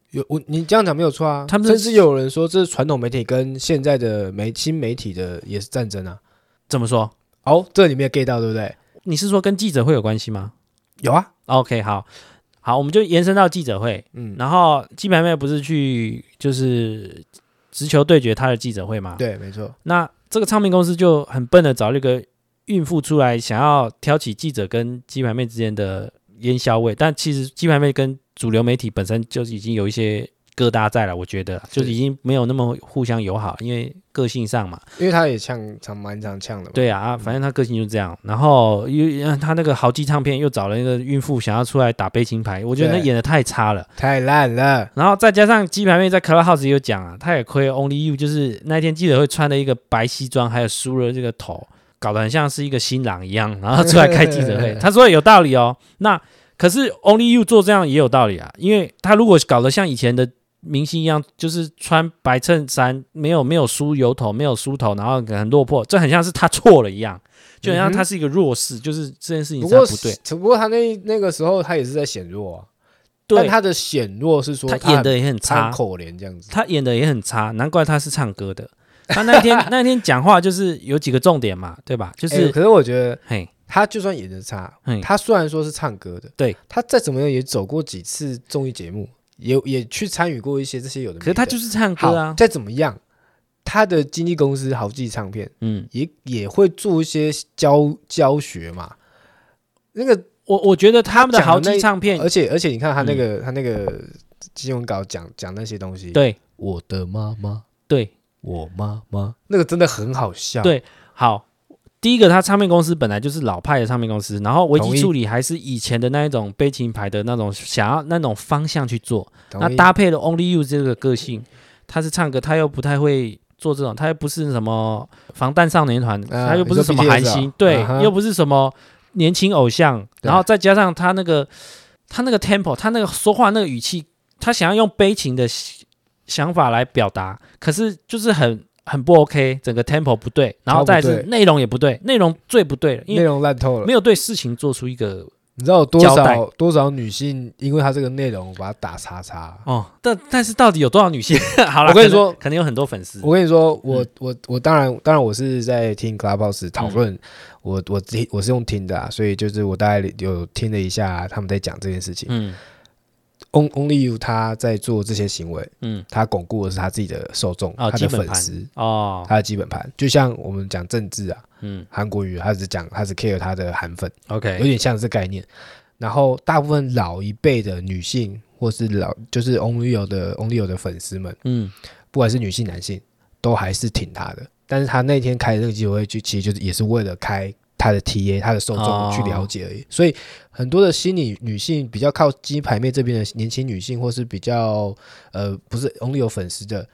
[SPEAKER 4] 有我你这样讲没有错啊。
[SPEAKER 1] 他们
[SPEAKER 4] 甚至有人说，这是传统媒体跟现在的媒新媒体的也是战争啊。
[SPEAKER 1] 怎么说？
[SPEAKER 4] 哦，这里面 get 到对不对？
[SPEAKER 1] 你是说跟记者会有关系吗
[SPEAKER 4] 有啊，
[SPEAKER 1] ？OK，好，好，我们就延伸到记者会。
[SPEAKER 4] 嗯，
[SPEAKER 1] 然后鸡排妹不是去就是直球对决她的记者会吗？
[SPEAKER 4] 对，没错。
[SPEAKER 1] 那这个唱片公司就很笨的找了一个孕妇出来，想要挑起记者跟鸡排妹之间的烟硝味，但其实鸡排妹跟主流媒体本身就是已经有一些疙瘩在了，我觉得就是已经没有那么互相友好，因为个性上嘛，
[SPEAKER 4] 因为他也呛，常蛮常呛的嘛。，嗯
[SPEAKER 1] 对啊啊，反正他个性就这样。然后又呃他那个豪记唱片又找了一个孕妇想要出来打悲情牌，我觉得那
[SPEAKER 4] 对
[SPEAKER 1] 演的太差了。
[SPEAKER 4] 太烂了。
[SPEAKER 1] 然后再加上鸡排妹在 Clubhouse 也有讲啊，她也亏 Only You，就是那天记者会穿的一个白西装，还有梳了这个头，搞得很像是一个新郎一样，然后出来开记者 [LAUGHS] 会。他说有道理哦，那可是 Only You 做这样也有道理啊，因为他如果搞得像以前的明星一样，就是穿白衬衫，没有没有梳油头，没有梳头，然后很落魄，这很像是他错了一样，就很像他是一个弱势，就是这件事情
[SPEAKER 4] 不
[SPEAKER 1] 是他嗯
[SPEAKER 4] 过
[SPEAKER 1] 不对，
[SPEAKER 4] 只不过他那那个时候他也是在显弱啊，但
[SPEAKER 1] 对
[SPEAKER 4] 他的显弱是说
[SPEAKER 1] 他演的也很
[SPEAKER 4] 他
[SPEAKER 1] 差
[SPEAKER 4] 很，口怜这样子，
[SPEAKER 1] 他演的也很差，难怪他是唱歌的。他那一
[SPEAKER 4] [LAUGHS]
[SPEAKER 1] 天那一天讲话就是有几个重点嘛，对吧？就
[SPEAKER 4] 哎
[SPEAKER 1] 是
[SPEAKER 4] 可是我觉得
[SPEAKER 1] 嘿，
[SPEAKER 4] 他就算演的差
[SPEAKER 1] 嗯，
[SPEAKER 4] 他虽然说是唱歌的，
[SPEAKER 1] 对
[SPEAKER 4] 他再怎么样也走过几次综艺节目，也也去参与过一些这些有的没的，
[SPEAKER 1] 可是他就是唱
[SPEAKER 4] 好
[SPEAKER 1] 歌啊，
[SPEAKER 4] 再怎么样，他的经纪公司豪记唱片
[SPEAKER 1] 嗯，
[SPEAKER 4] 也也会做一些教教学嘛。那个，
[SPEAKER 1] 我我觉得他们的
[SPEAKER 4] 他讲
[SPEAKER 1] 豪
[SPEAKER 4] 的那
[SPEAKER 1] 记唱片
[SPEAKER 4] 而且而且，你看
[SPEAKER 1] 嗯
[SPEAKER 4] 他那个、他那个新闻稿讲讲那些东西，，
[SPEAKER 1] 对
[SPEAKER 4] 我的妈妈，
[SPEAKER 1] 对
[SPEAKER 4] 我妈妈，那个真的很好笑。
[SPEAKER 1] 对好。第一个，他唱片公司本来就是老派的唱片公司，然后危
[SPEAKER 4] 同
[SPEAKER 1] 机
[SPEAKER 4] 意
[SPEAKER 1] 处理还是以前的那一种悲情牌的那种想要那种方向去做，
[SPEAKER 4] 同意，
[SPEAKER 1] 那搭配了 Only You 这个个性，他是唱歌，他又不太会做这种，他又不是什么防弹少年团，
[SPEAKER 4] 啊
[SPEAKER 1] 他又不是什么
[SPEAKER 4] 你说 BTS
[SPEAKER 1] 韩星，
[SPEAKER 4] 啊
[SPEAKER 1] 对
[SPEAKER 4] 啊，哈
[SPEAKER 1] 又不是什么年轻偶像，
[SPEAKER 4] 对
[SPEAKER 1] 然后再加上他那个他那个 tempo，他那个说话那个语气，他想要用悲情的想想法来表达，可是就是很。很不 OK，整个 tempo 不对，然后
[SPEAKER 4] 超不
[SPEAKER 1] 再来是
[SPEAKER 4] 对
[SPEAKER 1] 内容也不对，内容最不对了，因
[SPEAKER 4] 内
[SPEAKER 1] 为
[SPEAKER 4] 容烂透了
[SPEAKER 1] 没。有对事情做出一个
[SPEAKER 4] 你知道有多
[SPEAKER 1] 交代
[SPEAKER 4] 少多少女性因为他这个内容把他打叉叉？
[SPEAKER 1] 哦，但但是到底有多少女性？ [LAUGHS] 好了，
[SPEAKER 4] 我跟
[SPEAKER 1] 可能
[SPEAKER 4] 你说
[SPEAKER 1] 可能有很多粉丝，
[SPEAKER 4] 我跟你说，我、
[SPEAKER 1] 嗯
[SPEAKER 4] 我我当然当然我是在听 Clubhouse 讨论，我我自己我是用听的啊，所以就是我大概有听了一下他们在讲这件事情。
[SPEAKER 1] 嗯
[SPEAKER 4] On Only You 他在做这些行为，
[SPEAKER 1] 嗯，
[SPEAKER 4] 他巩固的是他自己的受众，
[SPEAKER 1] 哦，
[SPEAKER 4] 他
[SPEAKER 1] 基
[SPEAKER 4] 的
[SPEAKER 1] 本
[SPEAKER 4] 粉
[SPEAKER 1] 盘
[SPEAKER 4] 丝，
[SPEAKER 1] 哦，
[SPEAKER 4] 他的基本盘。就像我们讲政治啊，
[SPEAKER 1] 嗯
[SPEAKER 4] 韩国瑜他只讲他只 care 他的韩粉，有
[SPEAKER 1] ，OK，
[SPEAKER 4] 点像这概念。然后大部分老一辈的女性或是老就是 Only You 的 Only You 的粉丝们。
[SPEAKER 1] 嗯，
[SPEAKER 4] 不管是女性男性，都还是挺他的。但是他那天开的那个记者会，就其实就是也是为了开他的 TA，他的受
[SPEAKER 1] 哦
[SPEAKER 4] 众去了解而已。所以很多的心理女性比较靠鸡排妹这边的年轻女性，或是比较呃不是 only 有粉丝的，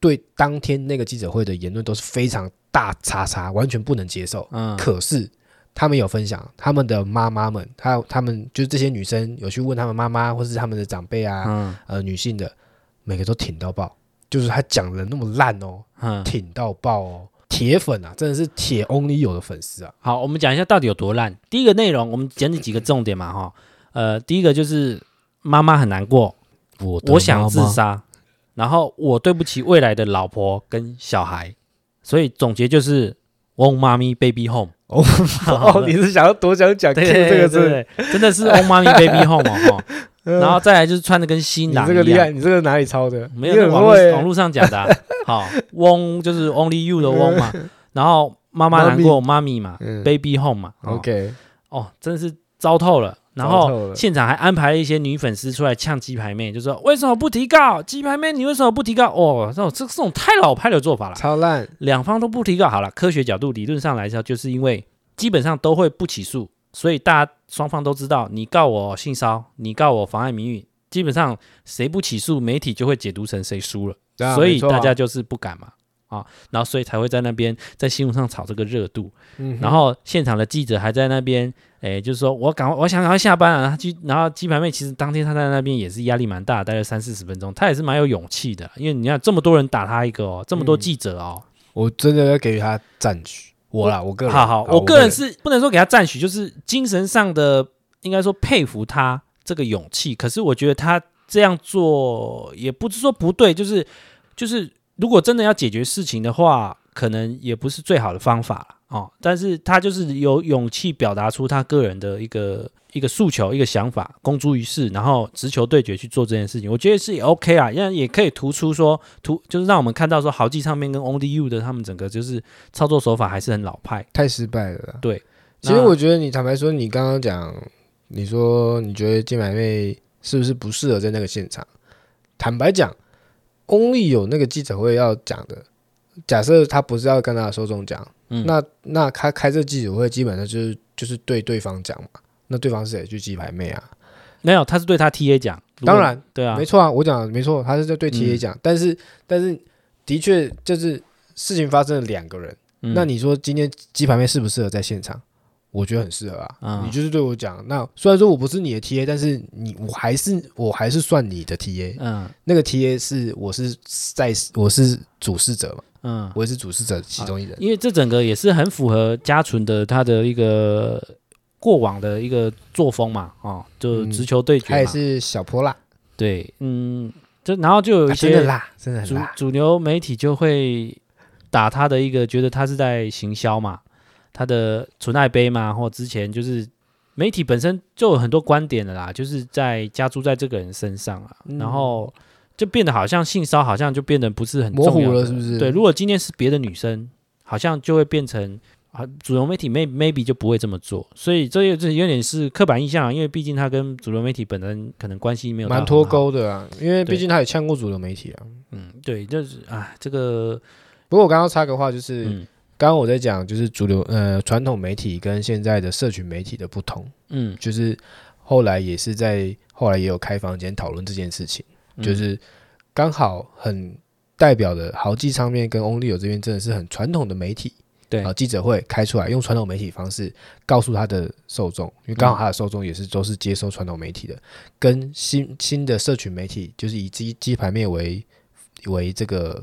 [SPEAKER 4] 对当天那个记者会的言论都是非常大叉叉，完全不能接受。
[SPEAKER 1] 嗯
[SPEAKER 4] 可是他们有分享，他们的妈妈们，还有他们就是这些女生有去问他们妈妈或是他们的长辈啊，
[SPEAKER 1] 嗯
[SPEAKER 4] 呃女性的，每个都挺到爆，就是他讲的那么烂哦，
[SPEAKER 1] 嗯，
[SPEAKER 4] 挺到爆哦，铁粉啊，真的是铁 only 有的粉丝啊，
[SPEAKER 1] 好，我们讲一下到底有多烂。第一个内容，我们讲几个重点嘛，哈，呃，第一个就是妈妈很难过，
[SPEAKER 4] 我
[SPEAKER 1] 我想自杀，然后我对不起未来的老婆跟小孩，所以总结就是。翁妈咪 baby home，
[SPEAKER 4] 哦， [LAUGHS] 你是想要多想讲 Q
[SPEAKER 1] [LAUGHS] 对对
[SPEAKER 4] 这
[SPEAKER 1] 对
[SPEAKER 4] 个字，
[SPEAKER 1] 对，对真的是翁妈咪 baby home
[SPEAKER 4] [LAUGHS]
[SPEAKER 1] 哦，哈然后再来就是穿的跟新
[SPEAKER 4] 你
[SPEAKER 1] 郎
[SPEAKER 4] 这个
[SPEAKER 1] 一
[SPEAKER 4] 厉
[SPEAKER 1] 样
[SPEAKER 4] 害，，你这个哪里抄的？
[SPEAKER 1] 啊没
[SPEAKER 4] 你
[SPEAKER 1] 有，
[SPEAKER 4] 很
[SPEAKER 1] 那网络
[SPEAKER 4] 会
[SPEAKER 1] 网络上讲
[SPEAKER 4] [LAUGHS]
[SPEAKER 1] 的啊、好，翁就是 only you 的翁嘛，然后妈妈难过，妈咪嘛
[SPEAKER 4] 嗯
[SPEAKER 1] ，baby home 嘛哦
[SPEAKER 4] OK，
[SPEAKER 1] 哦，真是糟透了。然
[SPEAKER 4] 糟透
[SPEAKER 1] 后
[SPEAKER 4] 了
[SPEAKER 1] 现场还安排了一些女粉丝出来呛鸡排妹，就说为什么不提告？鸡排妹你为什么不提告？哦，这种这这种太老派的做法了，
[SPEAKER 4] 超烂，
[SPEAKER 1] 两方都不提告好了。科学角度理论上来说，就是因为基本上都会不起诉，所以大家双方都知道，你告我性骚，你告我妨碍名誉，基本上谁不起诉，媒体就会解读成谁输了。
[SPEAKER 4] 对啊
[SPEAKER 1] 所以
[SPEAKER 4] 没错啊
[SPEAKER 1] 大家就是不敢嘛，啊，然后所以才会在那边在新闻上炒这个热度，
[SPEAKER 4] 嗯哼
[SPEAKER 1] 然后现场的记者还在那边，哎，就是说我赶快，我想赶快下班啊，然后去，然后鸡排妹其实当天她在那边也是压力蛮大，待了三四十分钟，她也是蛮有勇气的，因为你看这么多人打她一个哦，这么多
[SPEAKER 4] 嗯
[SPEAKER 1] 记者哦，
[SPEAKER 4] 我真的要给予他赞许，我啦，我个人，
[SPEAKER 1] 好好，我
[SPEAKER 4] 我
[SPEAKER 1] 个人是不能说给她赞许，就是精神上的应该说佩服她这个勇气，可是我觉得她这样做也不是说不对，就是就是如果真的要解决事情的话，可能也不是最好的方法了哦。但是他就是有勇气表达出他个人的一个一个诉求、一个想法，公诸于世，然后直球对决去做这件事情，我觉得是也 OK 啊，因为也可以突出说突就是让我们看到说豪记唱片跟 Only You 的他们整个就是操作手法还是很老派。
[SPEAKER 4] 太失败了啦。
[SPEAKER 1] 对，
[SPEAKER 4] 其实
[SPEAKER 1] 那
[SPEAKER 4] 我觉得你坦白说，你刚刚讲，你说你觉得金牌妹是不是不适合在那个现场？坦白讲，Only 有那个记者会要讲的。假设他不是要跟他的受众讲，
[SPEAKER 1] 嗯
[SPEAKER 4] 那那他开这记者会，基本上就是就是对对方讲嘛。那对方是谁？就鸡排妹啊，
[SPEAKER 1] 没有，他是对他 TA 讲，如果
[SPEAKER 4] 当然
[SPEAKER 1] 对啊
[SPEAKER 4] 没，错啊，我讲的没错，他是在对 TA
[SPEAKER 1] 嗯
[SPEAKER 4] 讲，但是但是的确就是事情发生了两个人，
[SPEAKER 1] 嗯
[SPEAKER 4] 那你说今天鸡排妹适不适合在现场？我觉得很适合啊。
[SPEAKER 1] 嗯
[SPEAKER 4] 你就是对我讲，那虽然说我不是你的 TA，但是你我还是我还是算你的 TA。
[SPEAKER 1] 嗯
[SPEAKER 4] 那个 TA 是我是在我是主事者嘛，
[SPEAKER 1] 嗯，
[SPEAKER 4] 我也是主事者其中一人。
[SPEAKER 1] 因为这整个也是很符合家纯的他的一个过往的一个作风嘛，哦，就
[SPEAKER 4] 嗯
[SPEAKER 1] 直球对
[SPEAKER 4] 他
[SPEAKER 1] 决
[SPEAKER 4] 也
[SPEAKER 1] 嘛，
[SPEAKER 4] 是小泼辣，
[SPEAKER 1] 对，嗯，就然后就有
[SPEAKER 4] 啊
[SPEAKER 1] 一
[SPEAKER 4] 真的
[SPEAKER 1] 些
[SPEAKER 4] 辣，真的很
[SPEAKER 1] 主
[SPEAKER 4] 辣。
[SPEAKER 1] 主流媒体就会打他的一个，觉得他是在行销嘛，他的纯爱杯嘛，或之前就是媒体本身就有很多观点的啦，就是在加注在这个人身上啊，
[SPEAKER 4] 嗯
[SPEAKER 1] 然后就变得好像性骚好像就变得不是很
[SPEAKER 4] 模糊
[SPEAKER 1] 重要的
[SPEAKER 4] 了是不是
[SPEAKER 1] 对，如果今天是别的女生，好像就会变成。啊，主流媒体 may maybe 就不会这么做，所以这也这有点是刻板印象啊，因为毕竟他跟主流媒体本身可能关系没有到
[SPEAKER 4] 蛮
[SPEAKER 1] 很
[SPEAKER 4] 脱
[SPEAKER 1] 好
[SPEAKER 4] 钩的啊，因为
[SPEAKER 1] 对
[SPEAKER 4] 毕竟他也呛过主流媒体啊。
[SPEAKER 1] 嗯，对，就是啊，这个，
[SPEAKER 4] 不过我刚刚插个话，就是
[SPEAKER 1] 嗯
[SPEAKER 4] 刚刚我在讲，就是主流呃传统媒体跟现在的社群媒体的不同，
[SPEAKER 1] 嗯，
[SPEAKER 4] 就是后来也是在后来也有开房间讨论这件事情，
[SPEAKER 1] 嗯
[SPEAKER 4] 就是刚好很代表的豪记上面跟 Only 有这边真的是很传统的媒体，
[SPEAKER 1] 对
[SPEAKER 4] 啊，记者会开出来，用传统媒体方式告诉他的受众，因为刚好他的受众也是都是接收传统媒体的，跟新新的社群媒体，就是以基基牌面为为这个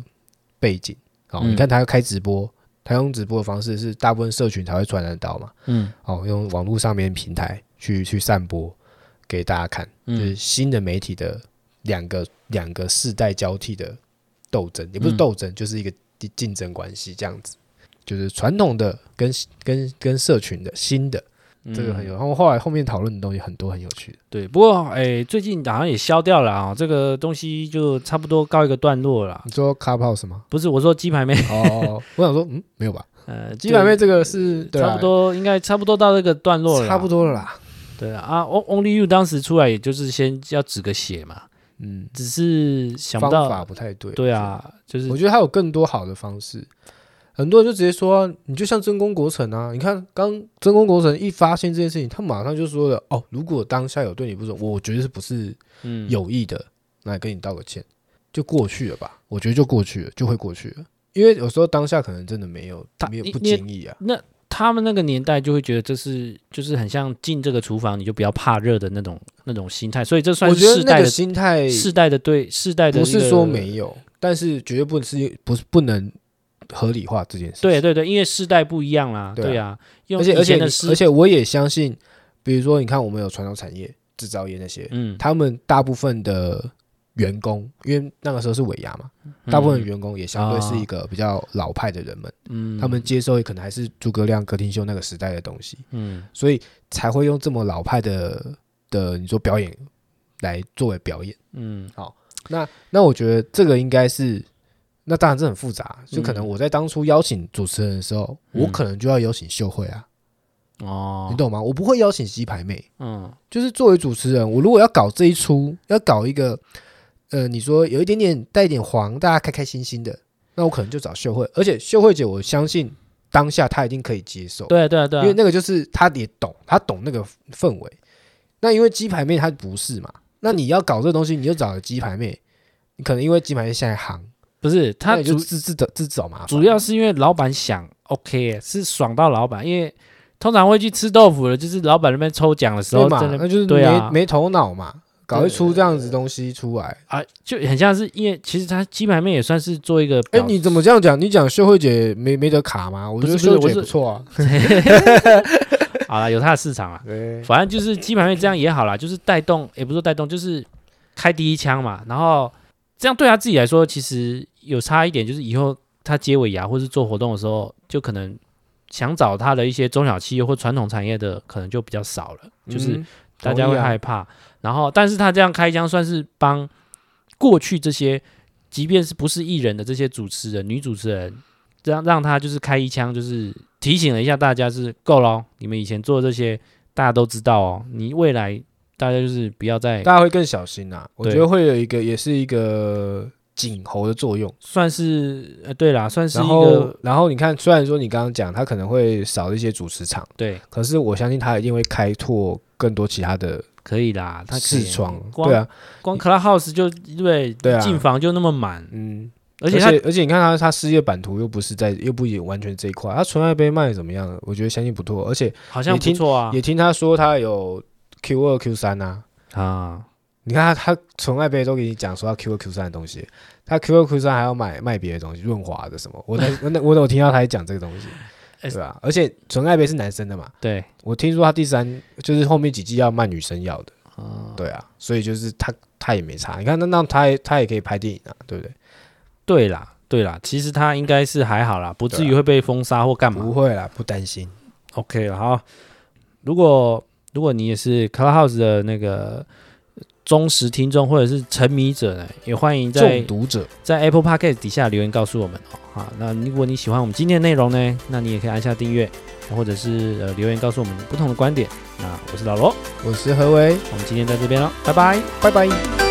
[SPEAKER 4] 背景。哦，
[SPEAKER 1] 嗯
[SPEAKER 4] 你看他开直播，他用直播的方式是大部分社群才会传染到嘛，
[SPEAKER 1] 嗯
[SPEAKER 4] 哦，用网络上面平台去去散播给大家看，就是
[SPEAKER 1] 嗯
[SPEAKER 4] 新的媒体的两个两个世代交替的斗争，也不是
[SPEAKER 1] 嗯
[SPEAKER 4] 斗争，就是一个竞竞争关系这样子。就是传统的跟跟跟社群的新的，
[SPEAKER 1] 嗯
[SPEAKER 4] 这个很有。然后后来后面讨论的东西很多很有趣的。
[SPEAKER 1] 对。不过，哎，最近好像也消掉了啊、这个东西就差不多告一个段落了啦。
[SPEAKER 4] 你说 Clubhouse
[SPEAKER 1] [LAUGHS]
[SPEAKER 4] 吗？
[SPEAKER 1] 不是，我说鸡排妹，
[SPEAKER 4] 哦，我想说，嗯，没有吧？
[SPEAKER 1] 呃，
[SPEAKER 4] [LAUGHS] 基本
[SPEAKER 1] 对
[SPEAKER 4] 面这个是对啊
[SPEAKER 1] 差不多，应该差不多到这个段落了，啊
[SPEAKER 4] 差不。多了啦。
[SPEAKER 1] 对了啊，On-，Only You 当时出来，也就是先要止个血嘛，
[SPEAKER 4] 嗯，
[SPEAKER 1] 只是想不
[SPEAKER 4] 方
[SPEAKER 1] 到
[SPEAKER 4] 法，不太对。
[SPEAKER 1] 对，啊，就是
[SPEAKER 4] 我觉得还有更多好的方式。很多人就直接说、啊，你就像真宫国成啊，你看刚真宫国成一发现这件事情，他马上就说了，哦，如果当下有对你不爽，我觉得是不是
[SPEAKER 1] 嗯，
[SPEAKER 4] 有意的，那跟你道个歉，就过去了吧。我觉得就过去了，就会过去了。因为有时候当下可能真的没有
[SPEAKER 1] 他
[SPEAKER 4] 没有
[SPEAKER 1] 你
[SPEAKER 4] 不
[SPEAKER 1] 你也
[SPEAKER 4] 经意啊，
[SPEAKER 1] 那他们那个年代就会觉得这是就是很像进这个厨房你就不要怕热的那种那种心态，所以这算
[SPEAKER 4] 我
[SPEAKER 1] 是
[SPEAKER 4] 觉得
[SPEAKER 1] 世
[SPEAKER 4] 那
[SPEAKER 1] 代
[SPEAKER 4] 个
[SPEAKER 1] 的
[SPEAKER 4] 心态
[SPEAKER 1] 世代的对世代的
[SPEAKER 4] 不
[SPEAKER 1] 一个
[SPEAKER 4] 是说没有，但是绝对不是不是不能合理化这件事情。
[SPEAKER 1] 对对对，因为世代不一样啦，
[SPEAKER 4] 对啊
[SPEAKER 1] 对啊，用
[SPEAKER 4] 而且
[SPEAKER 1] 以
[SPEAKER 4] 而且
[SPEAKER 1] 前
[SPEAKER 4] 你
[SPEAKER 1] 的世
[SPEAKER 4] 而，且我也相信，比如说你看我们有传统产业、制造业那些，
[SPEAKER 1] 嗯，
[SPEAKER 4] 他们大部分的员工，因为那个时候是尾牙嘛，
[SPEAKER 1] 嗯
[SPEAKER 4] 大部分的员工也相对是一个比较老派的人们，
[SPEAKER 1] 啊嗯，嗯
[SPEAKER 4] 他们接受可能还是诸葛亮、歌厅秀那个时代的东西，
[SPEAKER 1] 嗯
[SPEAKER 4] 所以才会用这么老派的的你说表演来作为表演。
[SPEAKER 1] 嗯
[SPEAKER 4] 那那我觉得这个应该是，那当然这很复杂，就可能我在当初邀请主持人的时候，
[SPEAKER 1] 嗯
[SPEAKER 4] 我可能就要邀请秀慧啊，
[SPEAKER 1] 哦
[SPEAKER 4] 你，懂吗？我不会邀请鸡排妹，
[SPEAKER 1] 嗯
[SPEAKER 4] 就是作为主持人，我如果要搞这一出，要搞一个，呃，你说有一点点带一点黄，大家开开心心的，那我可能就找秀慧，而且秀慧姐，我相信当下她一定可以接受，
[SPEAKER 1] 对啊对啊对啊，
[SPEAKER 4] 因为那个就是她也懂，她懂那个氛围。那因为鸡排妹她不是嘛，那你要搞这东西，你就找鸡排妹，你可能因为鸡排妹现在行，
[SPEAKER 1] 不是
[SPEAKER 4] 那
[SPEAKER 1] 他
[SPEAKER 4] 你就
[SPEAKER 1] 主
[SPEAKER 4] 自自找自找麻烦。
[SPEAKER 1] 主要是因为老板想 OK 是爽到老板，因为通常会去吃豆腐的，就是老板那边抽奖的时
[SPEAKER 4] 对
[SPEAKER 1] 候
[SPEAKER 4] 嘛，
[SPEAKER 1] 真
[SPEAKER 4] 那
[SPEAKER 1] 的
[SPEAKER 4] 就是
[SPEAKER 1] 对
[SPEAKER 4] 没、
[SPEAKER 1] 啊
[SPEAKER 4] 没头脑嘛，搞一出这样子东西出来。
[SPEAKER 1] 啊，就很像是因为其实他鸡排妹也算是做一个
[SPEAKER 4] 哎、
[SPEAKER 1] 表，
[SPEAKER 4] 你怎么这样讲？你讲秀慧姐没没得卡吗？我觉得
[SPEAKER 1] 不是不
[SPEAKER 4] 秀
[SPEAKER 1] 是
[SPEAKER 4] 慧姐
[SPEAKER 1] 我
[SPEAKER 4] 不
[SPEAKER 1] 是
[SPEAKER 4] 错啊。
[SPEAKER 1] 好啦，有他的市场啦。
[SPEAKER 4] 对，
[SPEAKER 1] 反正就是基本上这样也好啦， [LAUGHS] 就是带动，也不是说带动，就是开第一枪嘛。然后这样对他自己来说，其实有差一点，就是以后他接尾牙或是做活动的时候，就可能想找他的一些中小企业或传统产业的，可能就比较少了，就是
[SPEAKER 4] 嗯
[SPEAKER 1] 大家会
[SPEAKER 4] 同意啊
[SPEAKER 1] 害怕。然后，但是他这样开枪，算是帮过去这些，即便是不是艺人的这些主持人、女主持人，让让他就是开一枪，就是提醒了一下大家是够咯，你们以前做这些大家都知道哦，你未来大家就是不要再
[SPEAKER 4] 大家会更小心啊。我
[SPEAKER 1] 对
[SPEAKER 4] 觉得会有一个，也是一个警猴的作用。
[SPEAKER 1] 算是呃对啦，算是
[SPEAKER 4] 然
[SPEAKER 1] 一
[SPEAKER 4] 后
[SPEAKER 1] 个，
[SPEAKER 4] 然后你看，虽然说你刚刚讲他可能会少一些主持场，
[SPEAKER 1] 对，
[SPEAKER 4] 可是我相信他一定会开拓更多其他的
[SPEAKER 1] 可以啦，他可以
[SPEAKER 4] 视窗。
[SPEAKER 1] 光
[SPEAKER 4] 对啊，
[SPEAKER 1] 光 Clubhouse 就对
[SPEAKER 4] 对啊
[SPEAKER 1] 进房就那么满，
[SPEAKER 4] 嗯，
[SPEAKER 1] 而且
[SPEAKER 4] 且
[SPEAKER 1] 它
[SPEAKER 4] 而且你看他他事业版图又不是在又不也完全这一块，他纯爱杯卖得怎么样？我觉得相信不错，而且
[SPEAKER 1] 好像
[SPEAKER 4] 也
[SPEAKER 1] 不
[SPEAKER 4] 听
[SPEAKER 1] 错啊
[SPEAKER 4] 也听他说他有 Q 二 Q 三啊，
[SPEAKER 1] 啊，
[SPEAKER 4] 你看他他纯爱杯都给你讲说他 Q 二 Q 三的东西，他 Q 二 Q 三还要买卖别的东西，润滑的什么， [LAUGHS] 我那我那我有听到他也讲这个东西，
[SPEAKER 1] [LAUGHS] 哎
[SPEAKER 4] 对吧？而且纯爱杯是男生的嘛，
[SPEAKER 1] 对，
[SPEAKER 4] 我听说他第三就是后面几季要卖女生要的，
[SPEAKER 1] 哦
[SPEAKER 4] 对啊，所以就是他他也没差，你看那那他也他也可以拍电影啊，对不对？
[SPEAKER 1] 对啦，对啦，其实他应该是还好啦，不至于会被封杀或干嘛
[SPEAKER 4] 啊不。会啦，不担心。
[SPEAKER 1] OK 了，好。如果如果你也是 Clubhouse 的那个忠实听众或者是沉迷者呢，也欢迎在
[SPEAKER 4] 中毒者，
[SPEAKER 1] 在 Apple Podcast 底下留言告诉我们哦。啊，那如果你喜欢我们今天的内容呢，那你也可以按下订阅，或者是呃留言告诉我们不同的观点。那我是老罗，
[SPEAKER 4] 我是何为，
[SPEAKER 1] 我们今天在这边喽，拜拜。
[SPEAKER 4] 拜拜。